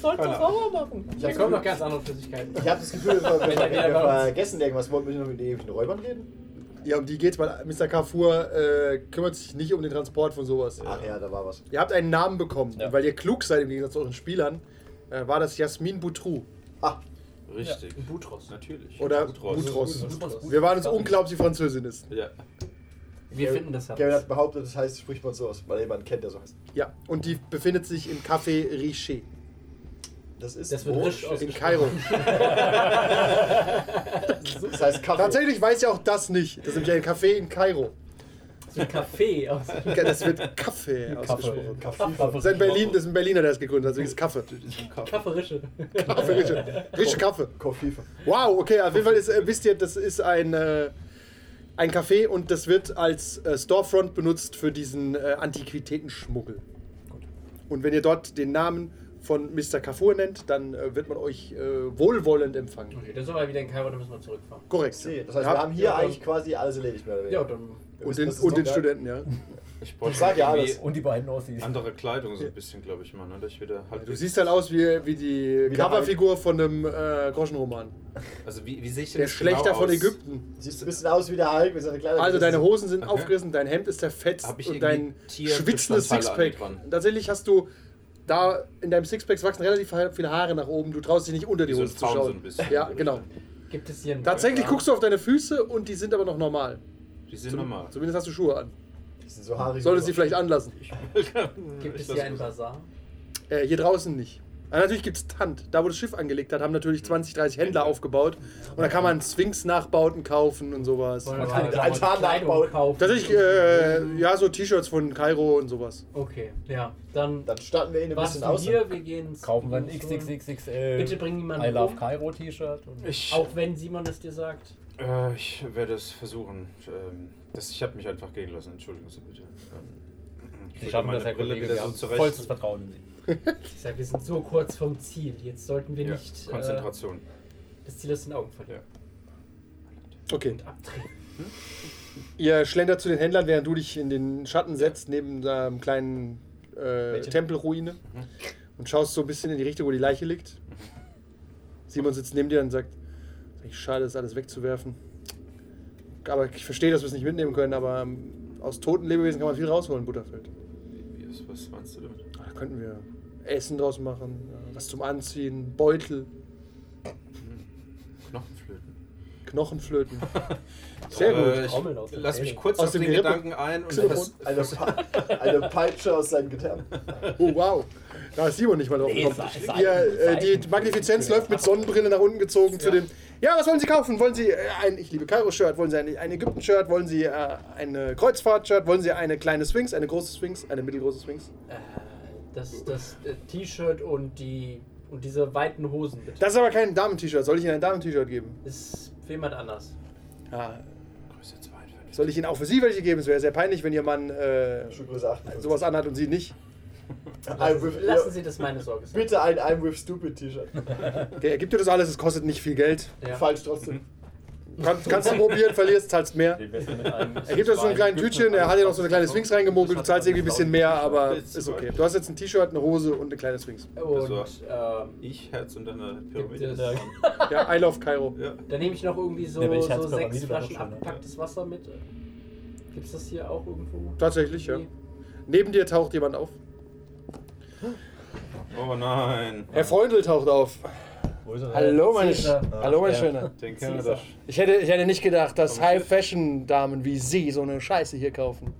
[SPEAKER 6] Sollst
[SPEAKER 3] Keine
[SPEAKER 6] sauber machen.
[SPEAKER 4] ich
[SPEAKER 5] Da
[SPEAKER 4] habe
[SPEAKER 5] kommen noch ganz andere Flüssigkeiten.
[SPEAKER 4] ich hab das Gefühl, wir, wir,
[SPEAKER 5] wieder
[SPEAKER 4] wir
[SPEAKER 5] kommt.
[SPEAKER 4] vergessen irgendwas. Wollen wir noch mit den ewigen Räubern reden?
[SPEAKER 2] Ja, um die geht's, weil Mr. Carrefour äh, kümmert sich nicht um den Transport von sowas.
[SPEAKER 4] Ach ja, da war was.
[SPEAKER 2] Ihr habt einen Namen bekommen,
[SPEAKER 6] Ja.
[SPEAKER 2] und weil ihr klug seid im Gegensatz zu euren Spielern. Äh, war das Jasmin Boutrou?
[SPEAKER 4] Ah,
[SPEAKER 3] Richtig.
[SPEAKER 5] Butros.
[SPEAKER 3] Natürlich.
[SPEAKER 2] Oder
[SPEAKER 3] Butros.
[SPEAKER 2] Butros.
[SPEAKER 6] Butros.
[SPEAKER 2] Wir waren uns unklar, ob sie Französin ist.
[SPEAKER 3] Ja.
[SPEAKER 5] Wir finden das
[SPEAKER 4] Kevin
[SPEAKER 5] heraus.
[SPEAKER 4] hat behauptet, das heißt, spricht man so aus, weil er jemanden kennt, der so heißt.
[SPEAKER 2] Ja, und die befindet sich im Café Richer
[SPEAKER 4] Das ist.
[SPEAKER 5] Das wird
[SPEAKER 4] wo?
[SPEAKER 5] richtig
[SPEAKER 2] in
[SPEAKER 5] ausgesprochen.
[SPEAKER 2] Kairo.
[SPEAKER 4] Das heißt Kaffee.
[SPEAKER 2] Tatsächlich weiß ja auch das nicht. Das ist nämlich ein Café in Kairo.
[SPEAKER 6] So ein Kaffee aus Kaffee.
[SPEAKER 2] Das wird Kaffee ausgesprochen.
[SPEAKER 4] Kaffee.
[SPEAKER 2] Das ist ein, Berlin, das ist ein Berliner, der es gegründet hat, deswegen ist es Kaffee.
[SPEAKER 6] Kafferische.
[SPEAKER 2] Kaffee, Richer. Richer Kaffee.
[SPEAKER 4] Kaffee.
[SPEAKER 2] Wow, okay, auf jeden Fall ist, äh, wisst ihr, das ist ein, äh, ein Café und das wird als äh, Storefront benutzt für diesen äh, Antiquitätenschmuggel. Und wenn ihr dort den Namen von Mr. Carrefour nennt, dann äh, wird man euch äh, wohlwollend empfangen.
[SPEAKER 5] Okay, das ist aber wieder in Kairo, da müssen wir zurückfahren.
[SPEAKER 2] Korrekt.
[SPEAKER 4] See, Das
[SPEAKER 2] Ja.
[SPEAKER 4] heißt, wir haben hier
[SPEAKER 5] ja,
[SPEAKER 4] eigentlich quasi alles erledigt, mehr oder weniger.
[SPEAKER 5] Ja, dann.
[SPEAKER 4] Wir
[SPEAKER 2] und
[SPEAKER 4] wissen,
[SPEAKER 2] den,
[SPEAKER 4] dass es
[SPEAKER 2] und
[SPEAKER 4] noch
[SPEAKER 2] den
[SPEAKER 4] da-
[SPEAKER 2] Studenten, ja.
[SPEAKER 3] Ich brauche
[SPEAKER 4] Ich sag ja
[SPEAKER 3] irgendwie
[SPEAKER 4] alles.
[SPEAKER 6] Und die beiden Aussies.
[SPEAKER 3] Andere Kleidung so ein bisschen, glaube ich, Mann. Oder ich wieder halt.
[SPEAKER 2] Du siehst halt aus wie, wie die
[SPEAKER 4] der
[SPEAKER 2] Coverfigur von einem äh, Groschenroman.
[SPEAKER 3] Also wie, wie sehe ich denn
[SPEAKER 2] Der
[SPEAKER 3] das genau
[SPEAKER 2] Schlechter von
[SPEAKER 3] aus?
[SPEAKER 2] Ägypten.
[SPEAKER 4] Siehst ein bisschen aus wie der Hulk mit seiner kleinen.
[SPEAKER 2] Also deine Hosen sind
[SPEAKER 3] Äh, Okay.
[SPEAKER 2] aufgerissen, dein Hemd ist zerfetzt
[SPEAKER 3] Hab ich
[SPEAKER 2] und
[SPEAKER 3] irgendwie
[SPEAKER 2] dein
[SPEAKER 3] Tier-
[SPEAKER 2] schwitzendes
[SPEAKER 3] Bestandteile
[SPEAKER 2] Sixpack.
[SPEAKER 3] an mir dran?
[SPEAKER 2] Tatsächlich hast du da in deinem Sixpack wachsen relativ viele Haare nach oben. Du traust dich nicht unter die
[SPEAKER 3] Wie so ein
[SPEAKER 2] Hose zu
[SPEAKER 3] Zaun so
[SPEAKER 2] schauen.
[SPEAKER 3] ein bisschen.
[SPEAKER 2] ja, genau.
[SPEAKER 5] Gibt es hier einen.
[SPEAKER 2] Tatsächlich guckst du auf deine Füße und die sind aber noch normal.
[SPEAKER 3] Die sind normal.
[SPEAKER 2] Zumindest hast du Schuhe an.
[SPEAKER 4] Die sind so haarig.
[SPEAKER 2] Solltest sie vielleicht anlassen.
[SPEAKER 5] Gibt es
[SPEAKER 3] Ich
[SPEAKER 5] hier einen
[SPEAKER 3] lass-
[SPEAKER 5] Bazar?
[SPEAKER 2] Äh, hier draußen nicht. Aber natürlich gibt es Tant. Da, wo das Schiff angelegt hat, haben natürlich 20, 30 Händler aufgebaut. Und da kann man Sphinx-Nachbauten kaufen und sowas.
[SPEAKER 5] Wollen wir
[SPEAKER 4] kann
[SPEAKER 5] mal
[SPEAKER 4] den Altar
[SPEAKER 5] Kleidung
[SPEAKER 4] nachbauen.
[SPEAKER 5] kaufen?
[SPEAKER 2] Tatsächlich, äh, ja, so T-Shirts von Kairo und sowas.
[SPEAKER 5] Okay, ja. Dann.
[SPEAKER 4] Dann starten wir ihn ein
[SPEAKER 5] Was
[SPEAKER 4] bisschen aus.
[SPEAKER 5] hier? Wir gehen.
[SPEAKER 6] Kaufen wir ein
[SPEAKER 5] Simon.
[SPEAKER 6] XXXXL.
[SPEAKER 5] Bitte bring niemanden
[SPEAKER 6] I Love
[SPEAKER 5] um.
[SPEAKER 6] Cairo T-Shirt. und-
[SPEAKER 3] Ich,
[SPEAKER 5] Auch wenn Simon es dir sagt.
[SPEAKER 3] äh, ich werde es versuchen. Ähm, das, ich habe mich einfach gehen lassen. Entschuldigen Sie bitte. Ähm,
[SPEAKER 6] Sie schaffen
[SPEAKER 3] meine
[SPEAKER 6] das, Herr
[SPEAKER 3] Brille
[SPEAKER 6] Kollege.
[SPEAKER 3] wieder
[SPEAKER 6] Wir
[SPEAKER 3] so
[SPEAKER 6] haben
[SPEAKER 3] zurecht.
[SPEAKER 6] vollstes Vertrauen in Sie.
[SPEAKER 5] Ich sag, wir sind so kurz vom Ziel. Jetzt sollten wir
[SPEAKER 3] ja,
[SPEAKER 5] nicht. äh,
[SPEAKER 3] Konzentration.
[SPEAKER 5] das Ziel aus den Augen verlieren.
[SPEAKER 2] Okay.
[SPEAKER 5] Und abdrehen.
[SPEAKER 2] Ihr schlendert zu den Händlern, während du dich in den Schatten setzt, neben da einem kleinen äh, Tempelruine und schaust so ein bisschen in die Richtung, wo die Leiche liegt. Simon sitzt neben dir und sagt, "Ist eigentlich schade, das alles wegzuwerfen. Aber ich verstehe, dass wir es nicht mitnehmen können, aber ähm, aus toten Lebewesen kann man viel rausholen, Butterfeld. Ah,
[SPEAKER 3] Wie ist- Was meinst du damit?
[SPEAKER 2] Da könnten wir Essen draus machen, ja, was zum Anziehen, Beutel,
[SPEAKER 3] Knochenflöten.
[SPEAKER 2] Knochenflöten. Sehr
[SPEAKER 3] Äh,
[SPEAKER 2] gut.
[SPEAKER 3] ich,
[SPEAKER 6] Trommeln aus der
[SPEAKER 3] lass mich
[SPEAKER 6] Zähne.
[SPEAKER 3] kurz
[SPEAKER 2] Aus
[SPEAKER 3] auf
[SPEAKER 2] dem
[SPEAKER 3] den
[SPEAKER 2] Gerippe.
[SPEAKER 3] Gedanken ein und
[SPEAKER 2] Xylophon.
[SPEAKER 3] vers-
[SPEAKER 4] Eine,
[SPEAKER 3] vers-
[SPEAKER 4] Pa- eine Peitsche aus seinen Gitarren.
[SPEAKER 2] Oh wow, da ist Simon nicht mal drauf
[SPEAKER 6] Nee,
[SPEAKER 2] gekommen.
[SPEAKER 6] Seiten- Seiten-
[SPEAKER 2] Ihr, äh, die
[SPEAKER 6] Seiten-
[SPEAKER 2] Magnifizenz läuft mit Sonnenbrille nach unten gezogen zu dem. Ja, was wollen Sie kaufen? Wollen Sie äh, ein Ich liebe Kairo-Shirt? Wollen Sie ein, ein Ägypten-Shirt? Wollen Sie äh, eine Kreuzfahrt-Shirt? Wollen Sie eine kleine Sphinx, eine große Sphinx, eine mittelgroße Sphinx?
[SPEAKER 5] Das, das äh, T-Shirt und die. Und diese weiten Hosen, bitte.
[SPEAKER 2] Das ist aber kein Damen-T-Shirt. Soll ich Ihnen ein Damen-T-Shirt geben?
[SPEAKER 5] ist für jemand anders.
[SPEAKER 2] Ja.
[SPEAKER 3] Größe 52.
[SPEAKER 2] Soll ich Ihnen auch für Sie welche geben? Es wäre sehr peinlich, wenn Ihr Mann äh,
[SPEAKER 4] Schuhgröße 58.
[SPEAKER 2] sowas anhat und Sie nicht.
[SPEAKER 4] I'm with,
[SPEAKER 5] Lassen Sie das meine Sorge sein.
[SPEAKER 4] Bitte ein I'm with Stupid T-Shirt.
[SPEAKER 2] Okay, er gibt dir das alles, es kostet nicht viel Geld.
[SPEAKER 5] Ja.
[SPEAKER 4] Falsch trotzdem.
[SPEAKER 2] Mhm. Kannst, kannst du probieren, verlierst, zahlst mehr.
[SPEAKER 6] Wir wissen mit einem-
[SPEAKER 2] Er gibt uns so ein kleines Tütchen, er hat dir noch so eine kleine Sphinx reingemogelt, du
[SPEAKER 6] Das hat
[SPEAKER 2] zahlst irgendwie ein bisschen mehr, aber
[SPEAKER 3] Jetzt
[SPEAKER 2] ist
[SPEAKER 3] zwei.
[SPEAKER 2] okay. Du hast jetzt ein T-Shirt, eine Hose und eine kleine Sphinx.
[SPEAKER 5] Und ähm,
[SPEAKER 3] Ich, Herz und dann eine
[SPEAKER 5] Gibt
[SPEAKER 3] Pyramide.
[SPEAKER 5] es-
[SPEAKER 2] Ja, I love Cairo.
[SPEAKER 3] Ja.
[SPEAKER 5] da nehme ich noch irgendwie so,
[SPEAKER 6] Ja, aber ich hatte
[SPEAKER 5] so
[SPEAKER 6] es bei
[SPEAKER 5] sechs
[SPEAKER 6] Familie war
[SPEAKER 5] Flaschen
[SPEAKER 6] doch schon,
[SPEAKER 5] abgepacktes Wasser mit. Gibt es das hier auch irgendwo?
[SPEAKER 2] Tatsächlich, ja.
[SPEAKER 5] Nee.
[SPEAKER 2] Neben dir taucht jemand auf.
[SPEAKER 3] Oh nein.
[SPEAKER 2] Herr Freundl taucht auf.
[SPEAKER 6] Wo ist er?
[SPEAKER 5] Äh,
[SPEAKER 2] Hallo, meine,
[SPEAKER 5] Caesar.
[SPEAKER 2] Sch- Hallo, meine
[SPEAKER 6] Ja.
[SPEAKER 2] Schöne.
[SPEAKER 3] Den kennen wir doch.
[SPEAKER 2] Ich hätte, ich hätte nicht gedacht, dass High-Fashion-Damen wie Sie so eine Scheiße hier kaufen.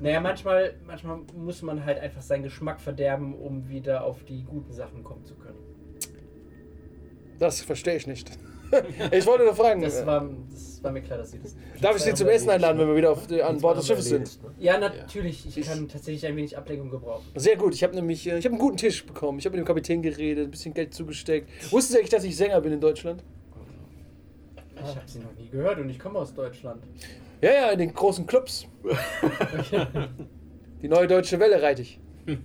[SPEAKER 5] Naja, manchmal, manchmal muss man halt einfach seinen Geschmack verderben, um wieder auf die guten Sachen kommen zu können.
[SPEAKER 2] Das verstehe ich nicht. Ich wollte nur fragen,
[SPEAKER 5] Das war, das war mir klar, dass sie das.
[SPEAKER 2] darf ich Sie zum Essen einladen, wenn wir wieder auf, äh, an Bord des Schiffes sind?
[SPEAKER 5] Ja, natürlich. Ich kann tatsächlich ein wenig Ablenkung gebrauchen.
[SPEAKER 2] Sehr gut, ich habe nämlich äh, ich hab einen guten Tisch bekommen. Ich habe mit dem Kapitän geredet, ein bisschen Geld zugesteckt. Wussten Sie eigentlich, dass ich Sänger bin in Deutschland?
[SPEAKER 5] Ich habe sie noch nie gehört und ich komme aus Deutschland.
[SPEAKER 2] Ja, ja, in den großen Clubs. Die neue deutsche Welle reite ich.
[SPEAKER 5] Okay,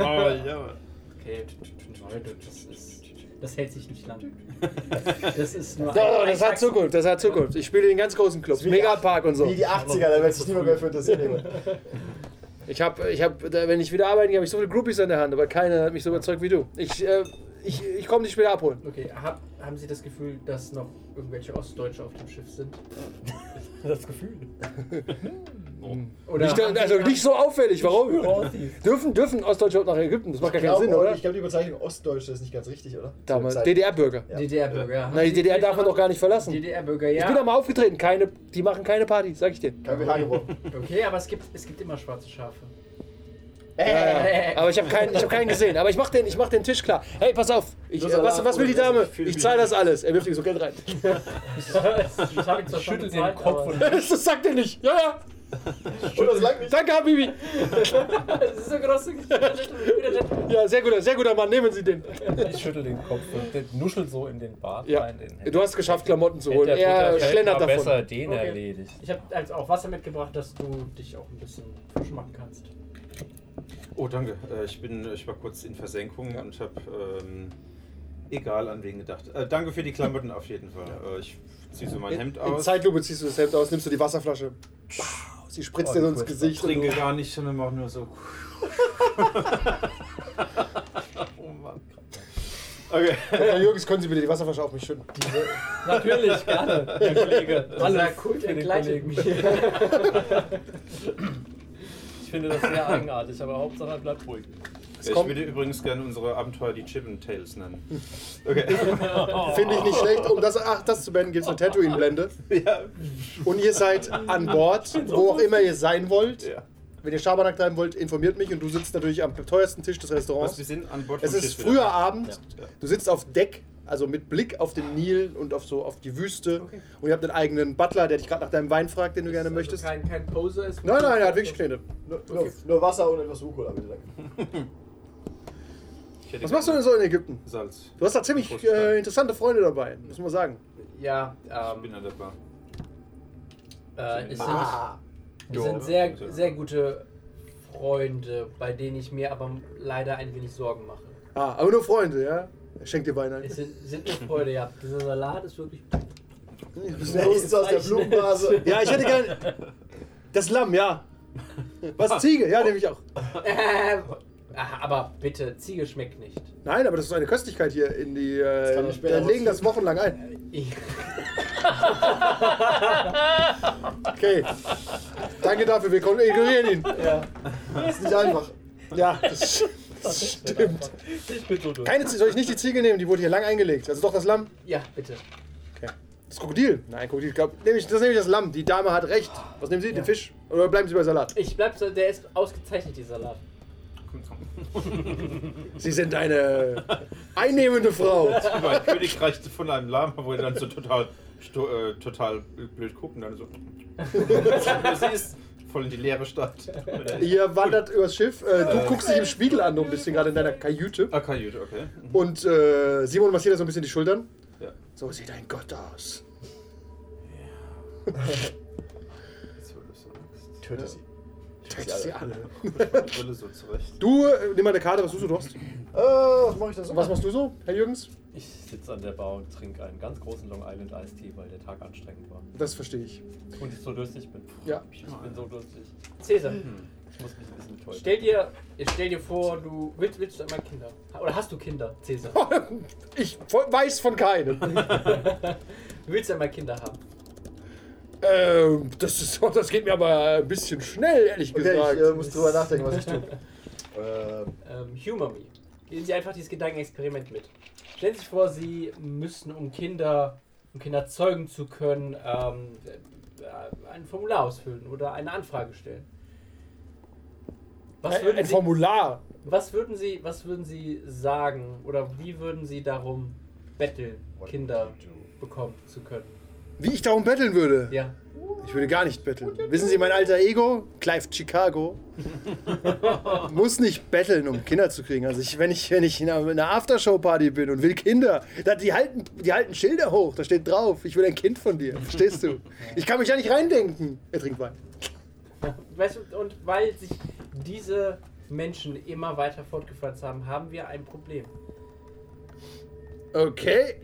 [SPEAKER 5] Leute, das ist. Das hält sich nicht lang. Das ist nur.
[SPEAKER 2] Doch, das hat Zukunft, das hat Zukunft. Ich spiele in ganz großen Clubs,
[SPEAKER 4] wie die
[SPEAKER 2] Megapark und so.
[SPEAKER 4] Wie die 80er, da wird sich niemand mehr für interessieren. Junge.
[SPEAKER 2] Ich habe, ich hab, da- wenn ich wieder arbeiten gehe, habe ich so viele Groupies an der Hand, aber keiner hat mich so überzeugt wie du. Ich, äh, ich, ich komme dich später abholen.
[SPEAKER 5] Okay, hab, haben Sie das Gefühl, dass noch irgendwelche Ostdeutsche auf dem Schiff sind?
[SPEAKER 6] Das Gefühl.
[SPEAKER 5] Oder
[SPEAKER 2] Nicht,
[SPEAKER 5] haben Sie
[SPEAKER 2] also
[SPEAKER 5] nach-
[SPEAKER 2] nicht so auffällig, warum? Dürfen, dürfen Ostdeutsche auch nach Ägypten? Das macht gar
[SPEAKER 4] Ich
[SPEAKER 2] keinen
[SPEAKER 4] glaube,
[SPEAKER 2] Sinn, oder?
[SPEAKER 4] Ich glaube, die Bezeichnung Ostdeutsche ist nicht ganz richtig, oder? Zu
[SPEAKER 2] Damals
[SPEAKER 4] der Zeit.
[SPEAKER 2] DDR-Bürger.
[SPEAKER 4] Ja.
[SPEAKER 5] DDR-Bürger. Haben
[SPEAKER 2] Na, die
[SPEAKER 5] Sie
[SPEAKER 2] DDR
[SPEAKER 5] vielleicht
[SPEAKER 2] darf man
[SPEAKER 5] noch-
[SPEAKER 2] doch gar nicht verlassen.
[SPEAKER 5] DDR-Bürger,
[SPEAKER 2] Ich
[SPEAKER 5] ja.
[SPEAKER 2] bin da mal aufgetreten, keine, die machen keine Party, sag ich dir.
[SPEAKER 4] Kein BH geworden.
[SPEAKER 5] Okay, aber es gibt, es gibt immer schwarze Schafe.
[SPEAKER 2] Ja, ja. Aber ich habe keinen, ich hab keinen gesehen. Aber ich mach, den, ich mach den Tisch klar. Hey, pass auf. Ich, äh, was, was will die Dame? Ich zahle das alles. Er wirft ihm so Geld rein.
[SPEAKER 5] Ich habe jetzt zwar schon
[SPEAKER 6] Schüttelt den
[SPEAKER 5] bezahlt,
[SPEAKER 6] Kopf
[SPEAKER 5] aber
[SPEAKER 6] und
[SPEAKER 2] Das sagt er nicht. Ja, ja.
[SPEAKER 4] Und das langt nicht.
[SPEAKER 2] Danke, Habibi.
[SPEAKER 5] Das ist so groß.
[SPEAKER 2] Ja, sehr guter, sehr guter Mann. Nehmen Sie den.
[SPEAKER 6] ich schüttel den Kopf und der nuschelt so in den Bart
[SPEAKER 2] Ja.
[SPEAKER 6] rein. Den
[SPEAKER 2] Du hast geschafft, Klamotten zu
[SPEAKER 6] Hätte
[SPEAKER 2] holen.
[SPEAKER 6] der Butter-
[SPEAKER 2] Er
[SPEAKER 6] hätte
[SPEAKER 2] schlendert
[SPEAKER 6] man besser
[SPEAKER 2] davon.
[SPEAKER 6] den
[SPEAKER 5] Okay.
[SPEAKER 6] erledigt.
[SPEAKER 5] Ich habe als auch Wasser mitgebracht, dass du dich auch ein bisschen frisch machen kannst.
[SPEAKER 3] Oh, danke. Äh, ich, bin, ich war kurz in Versenkung und habe ähm, egal an wen gedacht. Äh, danke für die Klamotten auf jeden Fall. Äh, ich ziehe so mein
[SPEAKER 2] In,
[SPEAKER 3] Hemd
[SPEAKER 2] in
[SPEAKER 3] aus.
[SPEAKER 2] Zeitlupe ziehst du das Hemd aus, nimmst du die Wasserflasche. Wow, Sie spritzt dir so ins Gesicht.
[SPEAKER 3] trinke gar nicht, sondern mache nur so. oh Mann. Okay.
[SPEAKER 2] Herr Jürgens, können Sie bitte die Wasserflasche auf mich schütten?
[SPEAKER 6] Natürlich, gerne, Herr Kollege. Also,
[SPEAKER 5] Dieser
[SPEAKER 6] Alles
[SPEAKER 5] Kult
[SPEAKER 6] für den
[SPEAKER 5] entgleitet
[SPEAKER 6] Kollegen.
[SPEAKER 5] mich.
[SPEAKER 6] Ich finde das sehr eigenartig, aber Hauptsache er bleibt ruhig.
[SPEAKER 3] Ich
[SPEAKER 2] kommt-
[SPEAKER 3] würde übrigens gerne unsere Abenteuer die Chip and Tales nennen. Okay.
[SPEAKER 2] Hm. Finde ich nicht schlecht. Um das, ach, das zu beenden, gibt es eine Tatooine-Blende.
[SPEAKER 3] ja.
[SPEAKER 2] Und ihr seid an Bord, wo auch immer ihr sein wollt.
[SPEAKER 3] ja.
[SPEAKER 2] Wenn ihr Schabernack treiben wollt, informiert mich. Und du sitzt natürlich am teuersten Tisch des
[SPEAKER 3] Was, wir
[SPEAKER 2] Restaurants.
[SPEAKER 3] sind an Bord
[SPEAKER 2] Oh. Es
[SPEAKER 3] vom
[SPEAKER 2] ist
[SPEAKER 3] Schiff
[SPEAKER 2] früher
[SPEAKER 3] wieder.
[SPEAKER 2] Abend.
[SPEAKER 3] Ja.
[SPEAKER 2] Du sitzt auf Deck, also mit Blick auf den Nil und auf so auf die Wüste. Und ihr habt einen eigenen Butler, der dich gerade nach deinem Wein fragt, den du gerne möchtest. Nein,
[SPEAKER 5] Also Kein, kein Poser ist.
[SPEAKER 2] nein, er hat wirklich Pläne.
[SPEAKER 4] Nur, nur, nur Wasser und etwas Rucola, bitte. Danke.
[SPEAKER 3] Ich hätte
[SPEAKER 2] Was machst du denn so in Ägypten?
[SPEAKER 3] Salz.
[SPEAKER 2] Du hast da ziemlich äh, interessante Freunde dabei, muss man sagen.
[SPEAKER 5] Ja,
[SPEAKER 3] Ich
[SPEAKER 5] ähm,
[SPEAKER 3] bin an der Bar.
[SPEAKER 5] äh, es sind, es sind sehr, sehr gute Freunde, bei denen ich mir aber leider ein wenig Sorgen mache.
[SPEAKER 2] Ah, aber nur Freunde, ja? Er schenkt dir Wein ein.
[SPEAKER 5] Es sind, sind nur Freude, ja. Dieser Salat ist wirklich.
[SPEAKER 4] Der ist aus der Blumenvase.
[SPEAKER 2] Ja, ich hätte gerne. Das Lamm, ja. Was? Ziege? Ja, nehme ich auch.
[SPEAKER 5] Äh, ach, aber bitte, Ziege schmeckt nicht.
[SPEAKER 2] Nein, aber das ist eine Köstlichkeit hier in die.
[SPEAKER 4] kann
[SPEAKER 2] Äh,
[SPEAKER 4] ich später
[SPEAKER 2] da legen das wochenlang ein.
[SPEAKER 5] Ich-
[SPEAKER 2] Okay. Danke dafür, wir konnten ignorieren ihn.
[SPEAKER 4] Ist nicht einfach.
[SPEAKER 2] Ja, das, das stimmt.
[SPEAKER 6] Ich bin so durch.
[SPEAKER 2] Keine Ziege, soll ich nicht die Ziege nehmen? Die wurde hier lang eingelegt. Also doch das Lamm?
[SPEAKER 5] Ja, bitte.
[SPEAKER 2] Okay. Das Krokodil? Nein, Krokodil. Glaub, nehm ich, das nehme ich das Lamm. Die Dame hat recht. Was nehmen Sie? Den Fisch? Oder bleiben Sie bei Salat?
[SPEAKER 5] Ich bleib so, der ist ausgezeichnet, dieser Salat.
[SPEAKER 3] Komm, komm.
[SPEAKER 2] Sie sind eine einnehmende Frau.
[SPEAKER 3] Über ein König reichte von einem Lama, wo er dann so total, sto, äh, total blöd guckt und dann so. Sie ist voll in die leere Stadt.
[SPEAKER 2] Ihr wandert übers Schiff. Äh, du guckst dich im Spiegel an, du bist hier gerade in deiner Kajüte.
[SPEAKER 3] Ah, Kajüt, okay.
[SPEAKER 2] Und äh, Simon massiert da so ein bisschen die Schultern.
[SPEAKER 3] Ja.
[SPEAKER 2] So sieht ein Gott aus.
[SPEAKER 3] Jetzt wurde so Angst.
[SPEAKER 4] Töte sie.
[SPEAKER 2] Tötet sie alle.
[SPEAKER 3] Die Brille so zurecht.
[SPEAKER 2] Du, äh, nimm mal eine Karte, was suchst du? Du hast.
[SPEAKER 4] Äh, was mach ich das?
[SPEAKER 2] Und was machst du so, Herr Jürgens?
[SPEAKER 6] Ich sitze an der Bar und trinke einen ganz großen Long Island Eistee, weil der Tag anstrengend war.
[SPEAKER 2] Das verstehe ich.
[SPEAKER 6] Und ich so durstig bin.
[SPEAKER 2] Ja.
[SPEAKER 6] Ich bin so durstig.
[SPEAKER 5] Cäsar,
[SPEAKER 6] Ich muss mich ein bisschen betäuben.
[SPEAKER 5] stell dir, stell dir vor, du willst, willst du einmal Kinder? Oder hast du Kinder, Cäsar?
[SPEAKER 2] Ich vo- weiß von keinem.
[SPEAKER 5] Du willst einmal Kinder haben.
[SPEAKER 2] ähm, das, ist, das geht mir aber ein bisschen schnell, ehrlich
[SPEAKER 4] Okay,
[SPEAKER 2] gesagt.
[SPEAKER 4] ich äh, muss drüber nachdenken, was ich tue. Ähm,
[SPEAKER 5] Ähm, humor me. Gehen Sie einfach dieses Gedankenexperiment mit. Stellen Sie sich vor, Sie müssen, um Kinder, um Kinder zeugen zu können, ähm, äh, ein Formular ausfüllen oder eine Anfrage stellen. Was
[SPEAKER 2] ein,
[SPEAKER 5] würden
[SPEAKER 2] Äh, ein
[SPEAKER 5] Sie,
[SPEAKER 2] Formular.
[SPEAKER 5] was würden Sie, was würden Sie sagen oder wie würden Sie darum betteln, Kinder bekommen zu können.
[SPEAKER 2] Wie ich darum betteln würde.
[SPEAKER 5] Ja.
[SPEAKER 2] Ich würde gar nicht betteln. Wissen Sie, mein alter Ego, Clive Chicago, muss nicht betteln, um Kinder zu kriegen. Also ich, wenn ich, wenn ich in einer- in einer Aftershow-Party bin und will Kinder, da, die, halten, die halten Schilder hoch, da steht drauf, ich will ein Kind von dir. Verstehst du? Ich kann mich da nicht reindenken. Er trinkt Wein.
[SPEAKER 5] Weißt du, und weil sich diese Menschen immer weiter fortgepflanzt haben, haben wir ein Problem.
[SPEAKER 2] Okay.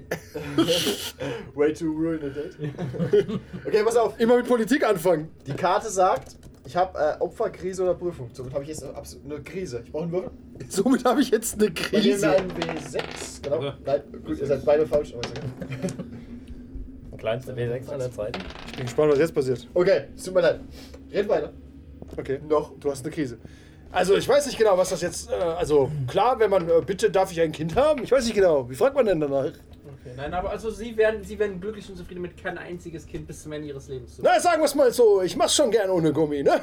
[SPEAKER 4] Way to ruin a date. okay, pass auf.
[SPEAKER 2] Immer mit Politik anfangen.
[SPEAKER 4] Die Karte sagt, ich habe äh, Opfer, Krise oder Prüfung. Somit habe ich jetzt eine, absolut eine Krise. Ich brauche einen Würfel.
[SPEAKER 2] Somit habe ich jetzt eine
[SPEAKER 4] Bei mir
[SPEAKER 2] Krise.
[SPEAKER 4] einen W6. Genau.
[SPEAKER 3] Ja.
[SPEAKER 4] Nein, gut, ihr seid beide falsch. aber ist egal.
[SPEAKER 6] Kleinste W6 aller Zeiten.
[SPEAKER 2] Ich bin gespannt, was jetzt passiert.
[SPEAKER 4] Okay, es tut mir leid. Red weiter.
[SPEAKER 2] Okay. Noch, du hast eine Krise. Also ich weiß nicht genau, was das jetzt. Äh, also klar, wenn man äh, bitte darf ich ein Kind haben. Ich weiß nicht genau. Wie fragt man denn danach?
[SPEAKER 5] Nein, aber also sie werden, sie werden glücklich und zufrieden mit kein einziges Kind bis zum Ende ihres Lebens zu.
[SPEAKER 2] Na, sagen wir es mal so, ich mach's schon gern ohne Gummi, ne?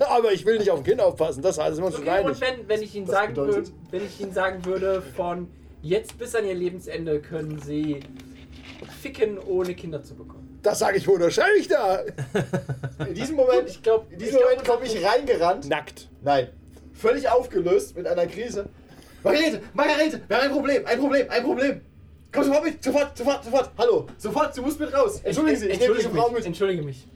[SPEAKER 2] Aber ich will nicht auf ein Kind aufpassen, das heißt, wir uns schon
[SPEAKER 5] Okay, und
[SPEAKER 2] einig.
[SPEAKER 5] wenn, wenn ich Ihnen
[SPEAKER 4] Das
[SPEAKER 5] sagen würde,
[SPEAKER 4] bedeutet-
[SPEAKER 5] wenn ich Ihnen sagen würde, von jetzt bis an ihr Lebensende können sie ficken, ohne Kinder zu bekommen.
[SPEAKER 2] Das sage ich wohl wahrscheinlich da.
[SPEAKER 4] In diesem Moment,
[SPEAKER 5] Ich glaub-
[SPEAKER 4] in diesem
[SPEAKER 5] ich glaub,
[SPEAKER 4] Moment komme ich reingerannt.
[SPEAKER 2] Nackt.
[SPEAKER 4] Nein. Völlig aufgelöst mit einer Krise. Margarete, Margarete, wir haben ein Problem, ein Problem, ein Problem. Komm sofort mit, sofort, sofort, sofort. Hallo, sofort, du musst mit raus. Entschuldigen Sie, ich nehme diese Frau
[SPEAKER 5] mich,
[SPEAKER 4] mit.
[SPEAKER 5] entschuldige mich.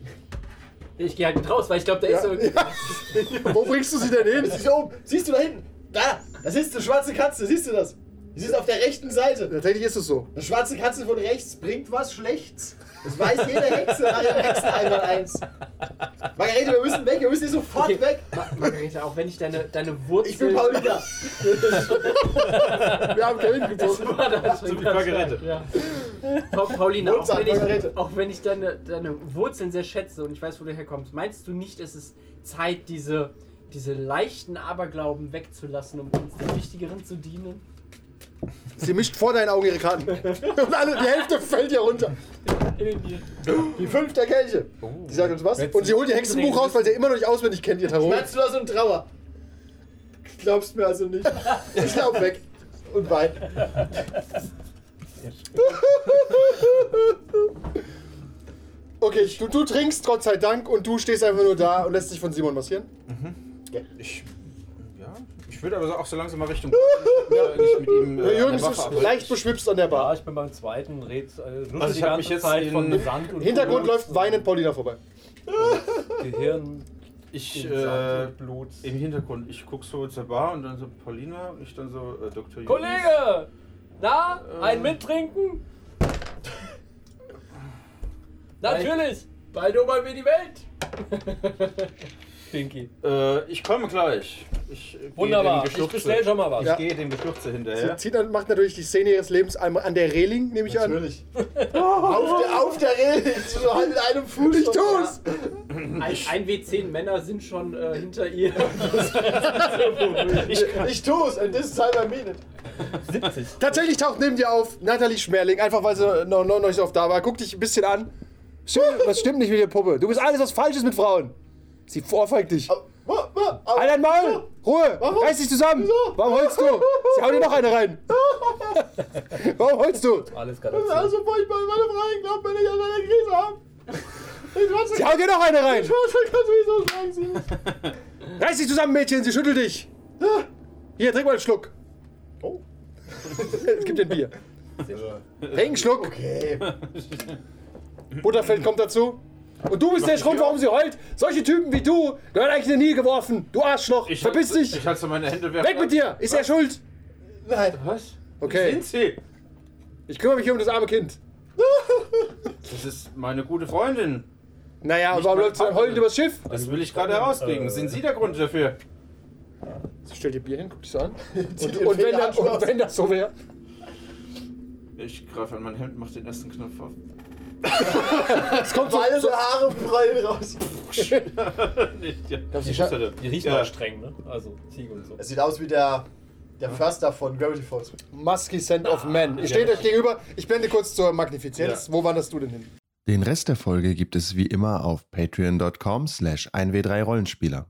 [SPEAKER 5] Ich gehe halt mit raus, weil ich glaube, da ist
[SPEAKER 2] Ja.
[SPEAKER 5] irgendwie.
[SPEAKER 2] Wo bringst du sie denn hin?
[SPEAKER 4] Das ist hier oben. Siehst du da hinten? Da, da sitzt eine schwarze Katze, siehst du das? Die sitzt auf der rechten Seite.
[SPEAKER 2] Tatsächlich ist es so.
[SPEAKER 4] Eine schwarze Katze von rechts bringt was Schlechtes. Das weiß jede Hexe nach ihrem Hexeneimer eins. Margarete, wir müssen weg, wir müssen hier sofort
[SPEAKER 5] Okay.
[SPEAKER 4] weg.
[SPEAKER 5] Ma- Margarete, auch wenn ich deine, deine Wurzel.
[SPEAKER 4] Ich bin Paulina.
[SPEAKER 2] Wir haben Kevin gezogen.
[SPEAKER 5] war das schon
[SPEAKER 3] die
[SPEAKER 5] ganz
[SPEAKER 3] Margarete.
[SPEAKER 5] stark, Ja. Pa- Paulina, auch
[SPEAKER 4] Mozart,
[SPEAKER 5] wenn, ich,
[SPEAKER 4] Margarete.
[SPEAKER 5] auch wenn ich deine, deine Wurzeln sehr schätze und ich weiß, wo du herkommst, meinst du nicht, es ist Zeit, diese, diese leichten Aberglauben wegzulassen, um uns den Wichtigeren zu dienen?
[SPEAKER 2] Sie mischt vor deinen Augen ihre Karten. Und alle, die Hälfte fällt ihr runter.
[SPEAKER 4] Die fünf der Kelche.
[SPEAKER 2] Die sagt uns was. Und sie holt ihr Hexenbuch raus, weil sie immer noch nicht auswendig kennt, ihr Tarot.
[SPEAKER 4] Schmerzlos und Trauer. Glaubst mir also nicht. Ich lauf weg. Und wein.
[SPEAKER 2] Okay, du, du trinkst, Gott sei Dank, und du stehst einfach nur da und lässt dich von Simon massieren.
[SPEAKER 3] Ich, ja, ich würde aber so- auch so langsam mal Richtung. Ich würde eigentlich mit ihm, äh, an der
[SPEAKER 2] Jürgen ist
[SPEAKER 3] Waffe arbeiten.
[SPEAKER 2] leicht beschwipst an der
[SPEAKER 6] Ja,
[SPEAKER 2] Bar.
[SPEAKER 6] ich bin beim zweiten Red. Äh, nutze
[SPEAKER 3] Also ich
[SPEAKER 6] die
[SPEAKER 3] hab
[SPEAKER 6] ganze
[SPEAKER 3] mich jetzt
[SPEAKER 6] Zeit von
[SPEAKER 3] in-
[SPEAKER 6] Sand und
[SPEAKER 2] Hintergrund
[SPEAKER 6] Blut,
[SPEAKER 2] läuft weinend Paulina vorbei.
[SPEAKER 6] Gehirn.
[SPEAKER 3] Ich,
[SPEAKER 6] in Sand
[SPEAKER 3] äh,
[SPEAKER 6] und Blut.
[SPEAKER 3] im Hintergrund, ich guck so zur Bar und dann so Paulina und ich dann so, äh, Dr. Jürgen.
[SPEAKER 6] Kollege! Na, ein Mittrinken? Natürlich! Bald erobern wir die Welt! Stinky.
[SPEAKER 3] Äh, ich komme gleich. Ich, äh, geh
[SPEAKER 6] Wunderbar,
[SPEAKER 3] dem
[SPEAKER 6] ich
[SPEAKER 3] Geschluchze-
[SPEAKER 6] bestell schon mal was.
[SPEAKER 3] Ich
[SPEAKER 2] Ja.
[SPEAKER 3] gehe dem Geschluchze
[SPEAKER 2] Sie
[SPEAKER 3] hinterher.
[SPEAKER 2] zieht dann, macht natürlich die Szene ihres Lebens einmal an der Reling, nehme ich an.
[SPEAKER 4] Natürlich. auf, der, auf der Rede. So halt mit einem Fuß.
[SPEAKER 2] Ich
[SPEAKER 4] schon.
[SPEAKER 2] tu's!
[SPEAKER 5] Ein, ein W10 Männer sind schon äh, hinter ihr.
[SPEAKER 4] Ich, ich tu's. And this
[SPEAKER 2] halt
[SPEAKER 4] time I mean it.
[SPEAKER 2] Tatsächlich taucht neben dir auf Nathalie Schmerling, einfach weil sie noch, noch, noch nicht oft da war. Guck dich ein bisschen an. Stimmt, was stimmt nicht mit der Puppe? Du bist alles, was falsch ist mit Frauen. Sie vorfeigt dich.
[SPEAKER 4] Au, au, au, au.
[SPEAKER 2] Halt dein Maul! Ruhe! Reiß dich zusammen! Warum holst du? Sie haut dir noch eine rein! Warum holst du?
[SPEAKER 6] Alles
[SPEAKER 4] Also,
[SPEAKER 6] gerade.
[SPEAKER 4] bevor ich mal meine Fragen glaub, wenn ich an einer Krise habe. Ich weiß
[SPEAKER 2] Sie
[SPEAKER 4] nicht,
[SPEAKER 2] haut dir noch eine rein!
[SPEAKER 4] ich weiß nicht, ganz wieso fragen Sie mich.
[SPEAKER 2] Reiß dich zusammen, Mädchen! Sie schüttelt dich! Hier, trink mal einen Schluck.
[SPEAKER 4] Oh.
[SPEAKER 2] es gibt ein Bier. Trink einen Schluck.
[SPEAKER 4] Okay.
[SPEAKER 2] Butterfeld kommt dazu. Und du bist der Grund, warum sie heult. Solche Typen wie du gehören eigentlich in den Nil geworfen. Du Arschloch.
[SPEAKER 3] Ich-
[SPEAKER 2] Verpiss dich.
[SPEAKER 3] Ich halte so meine Hände weg.
[SPEAKER 2] Weg mit dir. Ist er schuld?
[SPEAKER 4] Nein.
[SPEAKER 3] Was?
[SPEAKER 2] Okay.
[SPEAKER 3] Sind sie?
[SPEAKER 2] Ich kümmere mich hier um das arme Kind.
[SPEAKER 3] Das ist meine gute Freundin.
[SPEAKER 2] Naja, und warum
[SPEAKER 3] mein
[SPEAKER 2] läuft sie dann
[SPEAKER 3] Partner.
[SPEAKER 2] heulend übers Schiff?
[SPEAKER 3] Das will ich gerade
[SPEAKER 6] äh,
[SPEAKER 3] herauskriegen. Sind Sie der Grund dafür?
[SPEAKER 2] Sie stellt ihr Bier hin, guck dich so an. Und,
[SPEAKER 4] den
[SPEAKER 2] und, wenn,
[SPEAKER 4] Finger
[SPEAKER 2] das, und
[SPEAKER 4] ab.
[SPEAKER 2] wenn das so wäre.
[SPEAKER 3] Ich greife an mein Hemd, mache den ersten Knopf auf.
[SPEAKER 2] Es kommt so.
[SPEAKER 4] Meine
[SPEAKER 2] so
[SPEAKER 4] Haare prallen raus.
[SPEAKER 3] Nicht, ja.
[SPEAKER 2] Darf ich die
[SPEAKER 3] Das
[SPEAKER 2] Scha-
[SPEAKER 3] hatte-
[SPEAKER 6] Die riechen
[SPEAKER 3] ja.
[SPEAKER 6] auch streng, ne? Also Ziege und so.
[SPEAKER 4] Es sieht aus wie der, der Förster von Gravity Falls.
[SPEAKER 2] Musky Scent of Man. Ihr steht euch gegenüber. Ich blende kurz zur Magnifizenz. Wo wanderst du denn hin?
[SPEAKER 7] Den Rest der Folge gibt es wie immer auf patreon.com slash 1w3rollenspieler.